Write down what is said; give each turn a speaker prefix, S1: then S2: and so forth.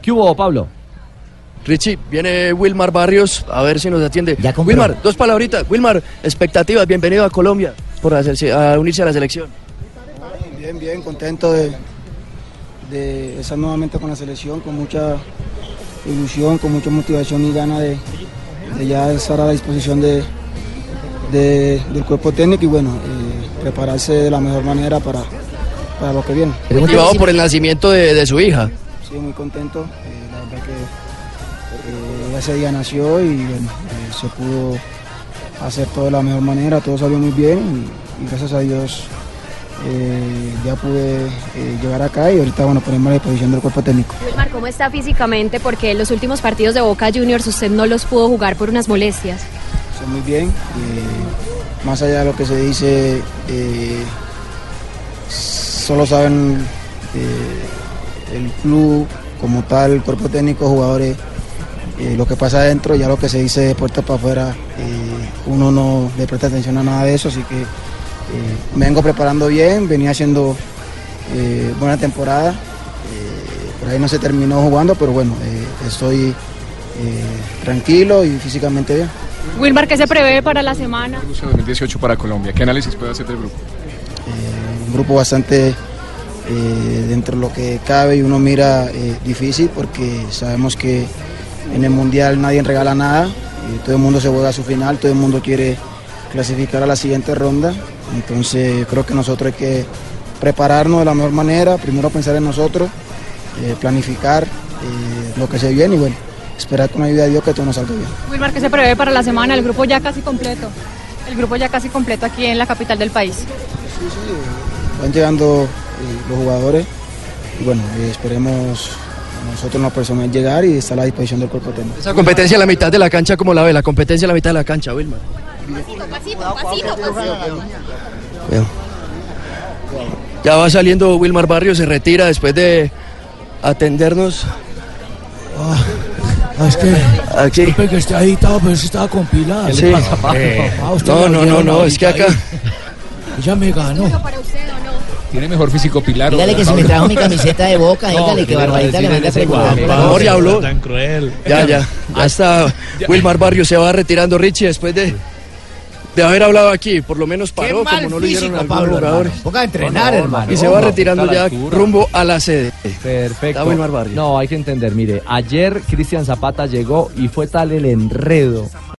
S1: ¿Qué hubo, Pablo?
S2: Richie, viene Wilmar Barrios, a ver si nos atiende.
S1: Ya compró.
S2: Wilmar, dos palabritas. Wilmar, expectativas, bienvenido a Colombia por hacerse- a unirse a la selección.
S3: Bien, bien, contento de, de estar nuevamente con la selección, con mucha ilusión, con mucha motivación y gana de, de ya estar a la disposición de, de- del cuerpo técnico y bueno, eh, prepararse de la mejor manera para, para lo que viene.
S2: Motivado por el nacimiento de, de su hija.
S3: Sí, muy contento, eh, la verdad que eh, ese día nació y bueno, eh, se pudo hacer todo de la mejor manera, todo salió muy bien y, y gracias a Dios eh, ya pude eh, llegar acá y ahorita bueno ponerme a la disposición del cuerpo técnico.
S4: Wilmar, ¿cómo está físicamente? Porque los últimos partidos de Boca Juniors usted no los pudo jugar por unas molestias.
S3: Estoy muy bien, eh, más allá de lo que se dice, eh, solo saben eh, el club como tal, el cuerpo técnico, jugadores, eh, lo que pasa adentro, ya lo que se dice de puerta para afuera, eh, uno no le presta atención a nada de eso, así que eh, me vengo preparando bien, venía haciendo eh, buena temporada, eh, por ahí no se terminó jugando, pero bueno, eh, estoy eh, tranquilo y físicamente bien.
S4: Wilmar, ¿qué se prevé para la semana?
S5: 2018 para Colombia. ¿Qué análisis puede hacer del grupo?
S3: eh, un grupo bastante eh, dentro de lo que cabe y uno mira eh, difícil porque sabemos que en el mundial nadie regala nada, eh, todo el mundo se juega a su final, todo el mundo quiere clasificar a la siguiente ronda, entonces creo que nosotros hay que prepararnos de la mejor manera, primero pensar en nosotros, eh, planificar eh, lo que se viene y bueno, esperar con la ayuda de Dios que todo nos salga bien.
S4: Wilmar, ¿qué se prevé para la semana? El grupo ya casi completo. El grupo ya casi completo aquí en la capital del país.
S3: Van llegando eh, los jugadores y bueno, eh, esperemos nosotros en lo personal llegar y estar a la disposición del cuerpo técnico.
S2: Esa competencia a la mitad de la cancha, como la ve? La competencia a la mitad de la cancha, Wilmar. Bueno. Ya va saliendo Wilmar Barrios, se retira después de atendernos.
S6: Ah, Es que,
S2: Aquí.
S6: disculpe que esté editado, pero eso estaba compilado.
S2: Sí.
S6: Ah, usted
S2: No,
S6: la
S2: no, no,
S6: vieron
S2: no, es que
S6: ahorita
S2: acá.
S6: ahí. Ella me ganó.
S5: ¿Tiene mejor físico Pilar? o
S7: Dígale que si me
S5: Pablo?
S7: trajo mi camiseta de boca, dígale que Barbarita le manda a
S2: Por
S7: preguntar.
S2: favor, ya habló.
S6: Tan cruel.
S2: Ya, ya. Hasta Wilmar Barrios se va retirando Richie después de, de haber hablado aquí. Por lo menos paró, como no lo hicieron algunos
S7: Pablo,
S2: jugadores.
S7: hermano. Ponga a entrenar,
S8: Oh,
S7: hermano.
S2: Y se va retirando ya rumbo a la sede. Está
S1: Perfecto.
S2: Wilmar Barrios.
S1: No, hay que entender, mire, ayer Cristian Zapata llegó y fue tal el enredo